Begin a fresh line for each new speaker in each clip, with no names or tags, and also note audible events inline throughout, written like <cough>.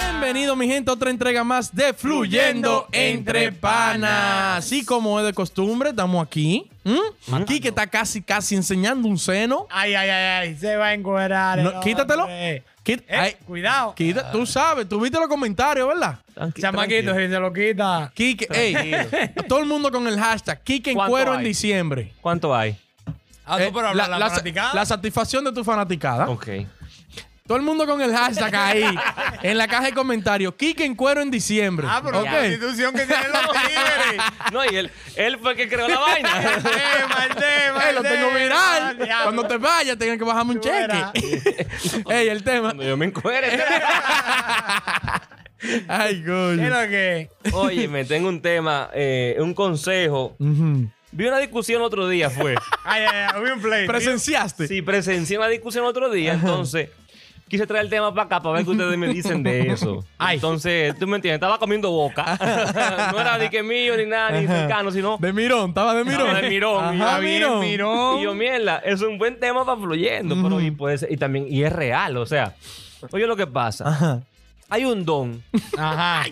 Bienvenido, mi gente, a otra entrega más de Fluyendo Entre Panas. Así como es de costumbre, estamos aquí. ¿Mm? Aquí que está casi, casi enseñando un seno.
Ay, ay, ay, ay, se va a encuerar. el
No, quítatelo.
hombre.
Quit-
Eh,
ay,
cuidado.
quita- tú sabes, tú viste los comentarios, ¿verdad?
Tranqui-
Chamaquito,
tranquilo.
si se lo quita.
Quique, ey, a todo el mundo con el hashtag Quique en
¿Cuánto
cuero en
hay?
diciembre.
¿Cuánto hay?
Ah,
Eh, sa- la satisfacción de tu fanaticada.
<laughs> Ok.
Todo el mundo con el hashtag ahí, en la caja de comentarios. Quique en cuero en diciembre.
ah, pero
Ok.
la institución que tienen
<laughs>
los tigres.
No, y él, él fue el que creó la vaina.
tema, el tema,
Eh,
el
lo tengo
tema, Ah,
viral.
diablo.
Cuando te vayas, tengan que bajarme un
Tú verás. <laughs>
cheque. Ey, el tema.
<laughs> Cuando yo me encuere.
Ay,
¿Qué es
coño.
lo que?
Oye, me tengo un tema, eh, un consejo.
Ujú.
Vi una discusión otro día, fue.
Ay, ay, ay, hubo un play.
¿Presenciaste?
<laughs> Sí, presencié una discusión otro día, entonces quise traer el tema para acá para ver qué ustedes me dicen de <laughs> eso.
Ay.
Entonces, tú me entiendes, estaba comiendo <laughs> boca. no era ni que mío, ni nada, ni
Ajá.
mexicano, sino...
De Mirón, estaba de Mirón.
Estaba de Mirón, y
Ajá,
está bien,
Mirón.
Y yo, mierda, es un buen tema para fluyendo, pero y, puede ser- y también, y es real, o sea, oye lo que pasa,
Ajá.
hay un don,
Ajá.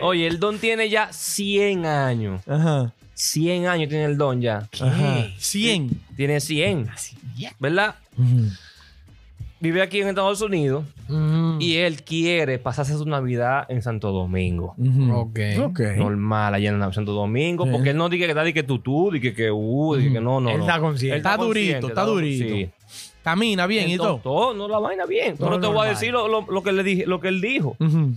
oye, el don tiene ya 100 años,
Ajá.
100 años tiene el don ya,
Ajá. 100.
tiene 100, ¿verdad? Vive aquí en Estados Unidos
Mm.
y él quiere pasarse su Navidad en Santo Domingo.
Ujú.
Ok.
Ok.
Normal, allá en Santo Domingo, porque él no dice que está, dice que tú, tú, dice que, que, uh, dice que no, no.
Él
no.
está consciente.
Está durito,
consciente,
está
consciente.
durito.
Sí.
Camina bien y todo.
Entonces, todo, no la vaina bien.
Todo
Pero te voy a
normal.
decir lo, lo- lo que, le dije, lo que él dijo.
Ujú.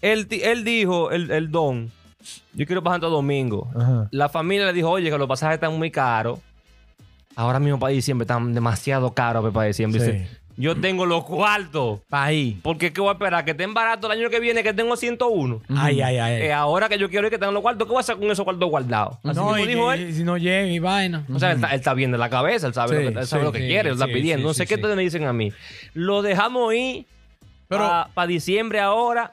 Él, ti- él dijo, el, el don, yo quiero pasar Santo Domingo.
Ajá.
La familia le dijo, oye, que los pasajes están muy caros. Ahora mismo para diciembre están demasiado caros pues, para diciembre.
Sí.
Dice, yo tengo los cuartos.
Pa' ahí.
Porque qué voy a esperar que estén baratos el año que viene, que tengo 101.
Ay, ay, ay.
Eh, ahora que yo quiero ir que tengan los cuartos, ¿qué voy a hacer con esos cuartos guardados? Así
no,
mismo
y
dijo
que-
él.
si no llega y vaina.
O sea, él está, él está bien de la cabeza, él sabe
Sí,
lo que, él sabe
sí,
lo que
sí,
quiere, él está
sí,
pidiendo.
sí,
no sé
sí,
qué
sí.
ustedes me dicen a mí. Lo dejamos ir
Pero-
para diciembre ahora,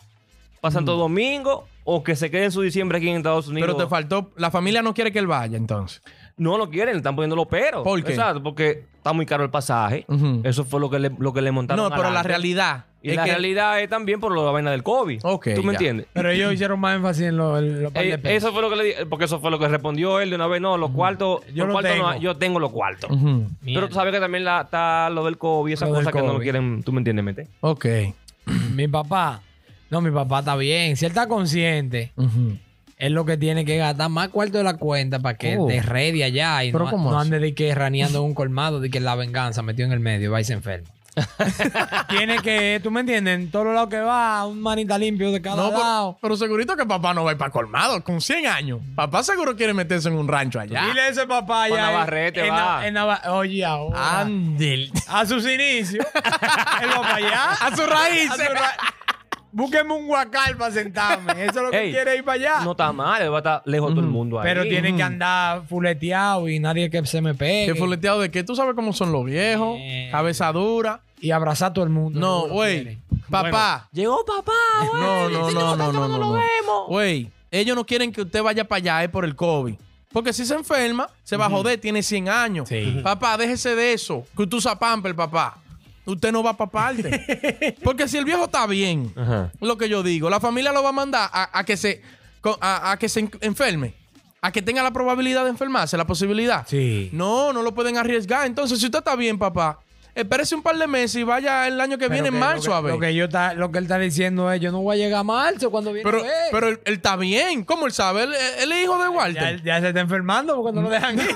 para Santo
Mm.
Domingo, o que se quede en su diciembre aquí en Estados Unidos.
Pero te faltó. La familia no quiere que él vaya, entonces.
No lo quieren, le están poniendo los peros.
¿Por qué?
Exacto, porque está muy caro el pasaje.
Ujú.
Eso fue lo que le, lo que le montaron.
No, pero la
adelante.
realidad.
Y
es
la
que-
realidad es también por la vaina del COVID.
Ok,
¿Tú me
ya. Pues
entiendes?
Pero ellos hicieron más énfasis en los lo par de
Eh,
pesos.
eso fue lo que le di- porque eso fue lo que respondió él de una vez. No, los cuartos,
Yo
los
lo
cuartos no
tengo.
hay, yo tengo los cuartos.
Ujú.
Pero tú sabes que también la- está lo del COVID, esas
Lo del
cosas que no lo
COVID.
quieren, tú me entiendes, mete.
Ok.
Mi papá. No, mi papá está bien. Si él está consciente,
Ujú.
es lo que tiene que gastar más cuarto de la cuenta para que
Oh.
te redie allá y
Pero
no,
¿cómo
no
así?
ande de que raneando en un colmado, de que la venganza metió en el medio, va y se enferma. <laughs> tiene que, tú me entiendes, en todos los lados que va, un manita limpio de cada
No, pero,
lado.
pero segurito que papá no va a ir para colmado con 100 años. Papá seguro quiere meterse en un rancho allá.
Dile ese papá
Con
allá. en-
Navarrete
en,
va.
Na- en Nava- Oye, ahora.
Ándel.
A sus <laughs> inicios. él va para allá.
<laughs>
<laughs>
A sus raíces.
Búsqueme un guacal para sentarme. Eso es lo que
Ey,
quiere ir para allá.
No está mal, él va a estar lejos de todo el mundo ahí.
Pero tiene que andar fuleteado y nadie que se me pegue.
Que fuleteado de que tú sabes cómo son los viejos,
Eh.
cabeza dura.
Y abrazar a todo el mundo.
No,
Seguro
güey.
quiere.
Papá.
Llegó papá, güey.
<laughs> No, no,
Si
no, no, no, no.
lo
no.
vemos.
Güey, ellos no quieren que usted vaya para allá es por el COVID. Porque si se enferma, se va a joder, tiene 100 años.
Sí.
Papá, déjese de eso. Que usted usa pamper, papá. Usted no va para
<laughs>
parte. Porque si el viejo está bien,
Ajá.
lo que yo digo, la familia lo va a mandar a, a que se co- a, a que se en- enferme. A que tenga la probabilidad de enfermarse, la posibilidad.
Sí.
No, no lo pueden arriesgar. Entonces, si usted está bien, papá, espérese un par de meses y vaya el año que
Pero
viene
que
en marzo
lo que,
a ver.
Lo que, yo está, lo que él está diciendo es: Yo no voy a llegar a marzo cuando viene.
Pero,
a ver.
pero él, él está bien. ¿Cómo él sabe? Él, él es hijo de
eh. ya,
Walter.
él- ya se está enfermando porque no lo dejan ir.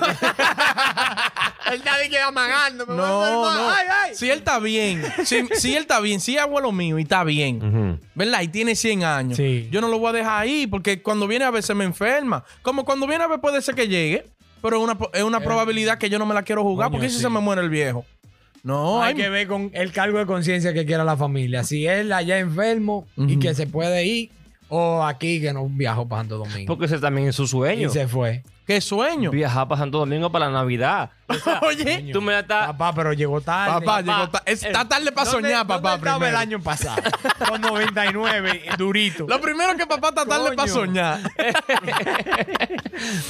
él está de que amagando. me voy a
No,
enfermar.
no.
Ay, ay.
Si él está bien, si, si él está bien, si es abuelo mío y está bien, ¿verdad? Y tiene 100 años.
Sí.
Yo no lo voy a dejar ahí porque cuando viene a ver se me enferma. Como cuando viene a ver puede ser que llegue, pero es una, po- es una probabilidad que yo no me la quiero jugar
Eh. Coño,
porque si
sí.
se me muere el viejo. <laughs> No,
hay
ay,
que ver con el cargo de conciencia que quiera la familia. Si él allá enfermo y que se puede ir, o aquí que no viajó para Santo Domingo.
Porque ese también es su
Y
sueño.
se fue.
qué sueño.
Viajar para Santo Domingo para la Navidad.
<laughs> Oye,
Tú me la estás...
Papá, pero llegó tarde.
papá, llegó ta- es- está tarde para
¿Dónde-
soñar,
dónde
papá.
estaba
primero.
el
<laughs>
año pasado? Con 99, durito.
Lo primero que papá está tarde
Coño.
para soñar.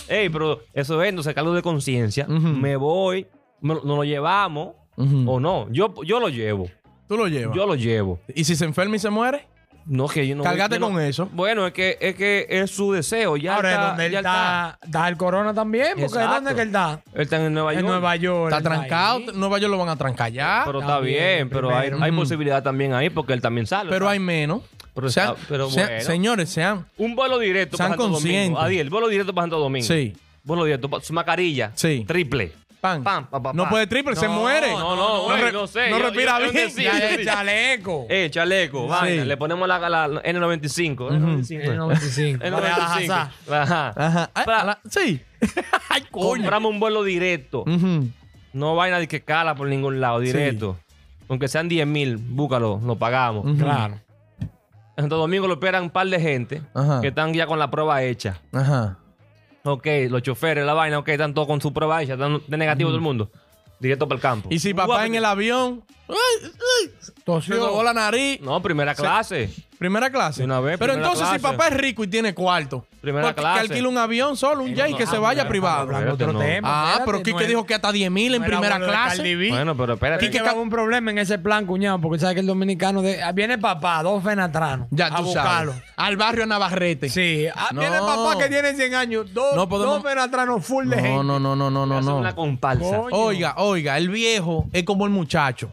Ey, pero eso es, entonces, cargo de conciencia.
Ujú.
Me voy, me lo- nos lo llevamos
Ujú.
o no. Yo, yo lo llevo.
Tú lo llevas.
Yo lo llevo.
¿Y si se enferma y se muere?
No, que yo no.
Cálgate
yo no-
con eso.
Bueno, es que, es que es su deseo. Ya
Ahora,
está,
donde él
ya
está, da el corona también, porque
Exacto.
¿dónde es que él da?
Él está en Nueva York.
En Nueva York.
Está
él da
trancado.
ahí.
Nueva York lo van a trancar ya.
Pero
Pero,
está
También,
bien, pero hay,
primero.
hay posibilidad también ahí porque él también sale. o sea,
hay menos.
Pero
Sean-
está- pero
sean-
bueno.
Señores, sean.
Un vuelo directo
Sean
para Santo Domingo.
conscientes.
Adiel, vuelo directo para Santo Domingo.
Sí.
Vuelo directo. pa- Su mascarilla.
Sí.
Triple.
Pan.
Pan, pa, pa,
No
pa.
puede triple, se muere.
No, no, güey, no,
re-
sé.
no respira bien.
Sí,
Ya el
<laughs>
chaleco.
Eh, chaleco, vaina. Le ponemos la, la N95.
El
N95.
95. Para la
<laughs>
Hazard.
Ajá.
<laughs> Ajá. Ay,
Pa.
a la- sí. Ay, coño.
Compramos un vuelo directo.
Ujú.
No vaina de que cala por ningún lado, directo. Aunque sean 10 mil, búscalo, lo pagamos.
Ujú.
Claro.
En Santo Domingo lo operan un par de gente
Ajá.
que están ya con la prueba hecha.
Ajá.
Ok, los choferes, la vaina, ok, están todos con su prueba hecha, están de negativo todo el mundo. Directo para el campo.
Y si papá en el avión ay, se tocó
Tosió.
la nariz,
No, primera clase.
primera clase.
De una vez,
Pero
primera
entonces si
clase.
papá es rico y tiene cuarto,
Primera
porque
clase.
que alquila un avión solo, un jet y que se vaya privado.
no, no,
Hablando otro
no.
tema.
Ah,
espérate,
pero Kike
no es-
dijo que hasta 10 mil en
no era
primera
vuelo de Cardi
clase.
B.
Bueno, pero espérate.
Pero es que va un problema en ese plan, cuñado, porque sabe que el dominicano de- ah, viene papá, dos fenatranos,
Ya
a
tú
buscarlo.
sabes. Al barrio Navarrete.
Sí, ah,
No.
viene papá que tiene 100 años, dos,
No podemos-
dos fenatranos full de
No,
gente.
no, no, no, no, no,
Hacen
no.
una comparsa.
Coño.
Oiga, oiga, el viejo es como el muchacho.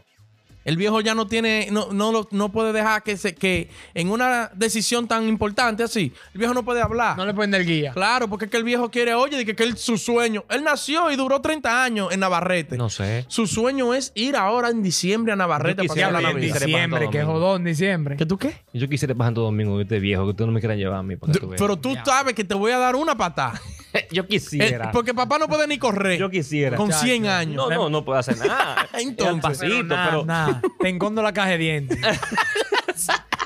El viejo ya no tiene, no, no, lo- no puede dejar que se, que en una decisión tan importante así, el viejo no puede hablar.
No le pueden dar guía.
Claro, porque es que el viejo quiere, oye, de que, que él- su sueño. Él nació y duró 30 años en Navarrete.
No sé.
Su sueño es ir ahora en diciembre a Navarrete para
Yo quisiera
hablar
Habla
la
en
ir en
vida.
diciembre.
diciembre,
Todo
que
domingo.
jodón, diciembre.
¿Que tú qué?
Yo quisiera pasar todo domingo con este viejo, que ustedes no me quieran llevar a mí. Para que tú veas.
Pero tú sabes que te voy a dar una patada.
<laughs> yo
Eh,
quisiera.
porque papá no puede ni correr.
Yo quisiera.
Con 100
Chacho.
años.
No, no, no puedo hacer nada.
<laughs> Entonces.
Es un pasito,
Pero
pues,
pero,
<laughs>
nada, nada. Te encondo la caja de dientes.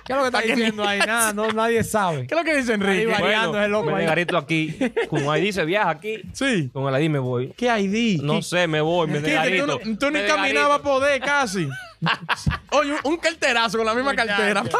¿Qué es lo que está diciendo ahí? Nada, no, nadie sabe.
¿Qué es lo que dice Enrique?
Ahí va. variando ese loco
me
ahí.
negarito aquí. Con ahí dice viaja aquí.
Sí.
Con el ID me voy.
¿Qué ID?
No sé, me voy, me
¿Qué? Que tú,
negarito.
no- tú
Me
ni
negarito.
caminabas a poder
<laughs>
casi. Oye, un, un carterazo con la misma cartera.
Me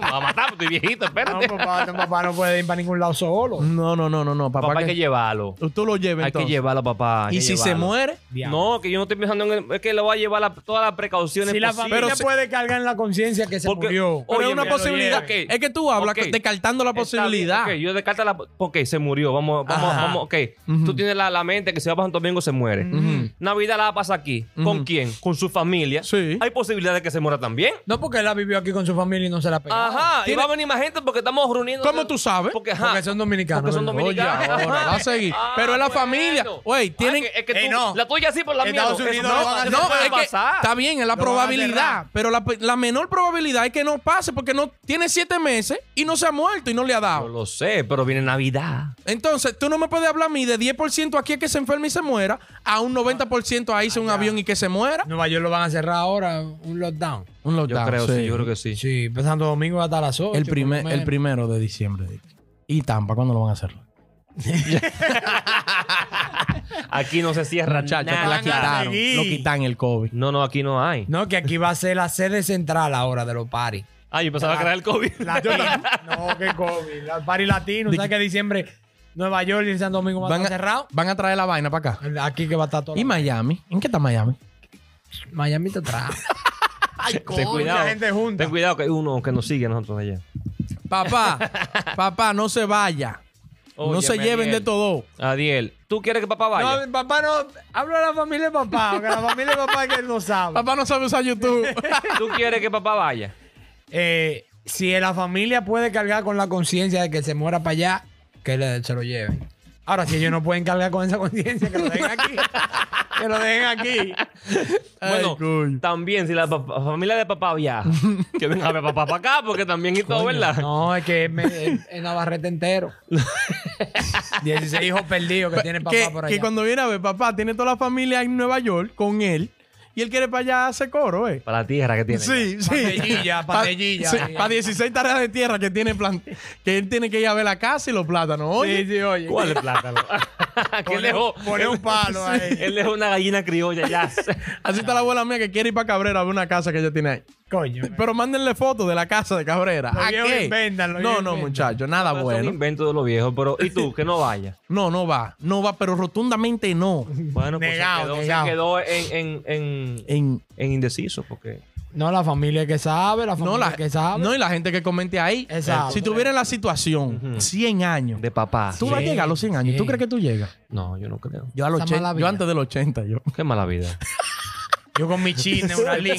va a matar, estoy viejito,
<laughs> No,
espérate.
papá, no, papá no puede ir para ningún lado solo.
no, no, no, no, no. Papá,
Papá, hay
que-
que llevarlo.
tú lo lleves
Hay que
entonces.
llevarlo, papá. hay
Y
que
si se
llevarlo.
muere,
No, que yo no estoy pensando en. el- es que le voy a llevar la- todas las precauciones
Si la
posibles.
familia
Pero se- Oh.
puede cargar en la conciencia que se
Porque-
murió.
Pero
Oye,
es una
mira, lo
posibilidad.
lleve. Ok.
Es que tú hablas
Ok.
descartando la
Está
posibilidad.
bien, ok, yo descarto la. Ok, se murió. Vamos, vamos,
Ajá.
vamos. Ok.
Ujú.
Tú tienes la, la mente que si va para Santo Domingo se muere. Navidad la pasa aquí. ¿Con
Ujú.
quién? Con su familia.
Sí.
Hay posibilidad de que se muera también.
No porque él la vivió aquí con su familia y no se la pegó.
Ajá. Y va a venir más gente porque estamos reuniendo.
¿Cómo tú sabes?
Porque, ajá,
Porque son dominicanos.
porque son
¿verdad?
Oye,
dominicanos.
ahora
Ajá.
va a seguir.
<laughs> Ah,
Pero es la
bueno.
familia. Güey,
Ah,
tienen-
que- es que
Ey,
tú-
no.
La tuya sí, por la mía.
Estados
no. Eso
Unidos
no,
lo van a
eso
hacer.
No,
no puede
es que
pasar.
está bien, es la
Lo van a
probabilidad.
cerrar.
Pero la, pe- la menor probabilidad es que no pase porque no tiene siete meses y no se ha muerto y no le ha
Yo
dado.
lo sé, pero viene Navidad.
Entonces, tú no me puedes hablar a mí de 10% aquí es que se enferme y se muera, a un 90% ahí
Ah,
se un avión y que se muera.
Nueva York lo van a cerrar ahora, un lockdown.
Un
Yo
lockdown,
creo, sí.
sí.
yo creo que sí.
Sí, pues Santo Domingo va a estar a las 8.
El, primer, el primero de diciembre. Dick. ¿Y Tampa cuándo lo van a hacer?
Aquí no se cierra
Muchachos,
nada.
que la
van a
quitaron.
seguir.
Lo quitan el COVID.
No, no, aquí no hay.
Ah, No, que aquí va a ser la sede central ahora de los paris.
Ah, yo pensaba que era el COVID. <laughs>
<laughs> no, qué COVID. Los paris latinos. ¿Sabes que diciembre Nueva York y Santo Domingo van a
Van
estar cerrados?
a, van a traer la vaina para acá.
Aquí que va a estar todo.
¿Y Miami? ¿En qué está Miami?
Miami te trae.
Ten cuidado.
mucha gente junta.
Ten cuidado que hay uno que nos sigue a nosotros allá.
<laughs>
Papá, papá, no se vaya. no
Óyeme,
se lleven de
Ariel.
todo.
Adiel, ¿tú quieres que papá
<laughs>
vaya?
No, papá no. Habla a la familia de papá, porque la familia de papá es que él no sabe.
Papá no sabe usar
<laughs>
YouTube.
¿Tú quieres que papá vaya?
Eh, si la familia puede cargar con la conciencia de que se muera para allá, que le- se lo lleven. Ahora, si ellos no pueden cargar con esa conciencia, que lo dejen <laughs> aquí. que lo dejen aquí.
Ay, coño.
bueno, también si la papá- familia de papá
<laughs>
viaja, que venga a ver papá para acá, porque también y todo, ¿verdad?
No, es que es, me- es- es Navarrete entero.
<laughs>
16 hijos perdidos que tiene papá
que,
por
que
allá.
cuando viene a ver, papá tiene toda la familia en Nueva York con él y él quiere para allá hacer coro, ¿eh?
Para la tierra que tiene.
Sí, sí.
Pandellilla, pandellilla.
Para 16 tareas de tierra que tiene plan- que él tiene que ir a ver la casa y los plátanos. Oye,
Sí, sí, oye.
¿Cuál es
<laughs>
plátano? <laughs> que
Pone-
él dejó,
pone un palo ahí.
Él dejó una gallina criolla ya.
<laughs> Ah,
así está la abuela mía que quiere ir para Cabrera a ver una casa que ella tiene ahí.
Coño.
Pero mándenle fotos de la casa de Cabrera.
Los
¿A
viejos
qué?
inventan, los
no,
viejos
no,
inventan.
muchachos, nada
Es un
bueno.
invento de los viejos, pero ¿y tú? Que no vaya.
No, no va. No va, pero rotundamente no.
Bueno, pues
Negado,
se quedó, se
negado.
quedó en, en, en,
En,
en indeciso, porque
No, la familia que sabe, la familia
No, la,
que sabe.
no, y la gente que comente ahí.
Exacto.
Si tuviera en la situación, 100 años.
De papá.
Tú vas a
Sí,
llegar a los 100 años. ¿Tú
sí.
crees que tú llegas?
No, yo no creo.
Yo a los
Esa
80,
mala
Yo
vida.
antes del 80, yo.
Qué mala vida.
Yo con mi chip Neuralink.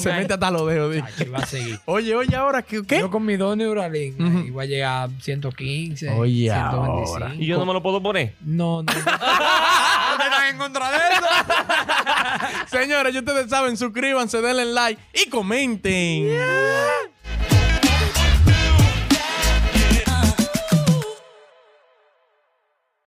<laughs> Se mete hasta los dedos. dije.
Aquí va a seguir.
Oye, oye, ahora, ¿qué? qué?
Yo con mi dos Neuralink
Ujú.
iba a llegar a 115,
Oye,
125.
ahora.
<laughs> ¿Y yo no me lo puedo poner?
No, no. estás en contra de
<laughs>
eso?
Señores, ya ustedes saben, suscríbanse, denle like y comenten.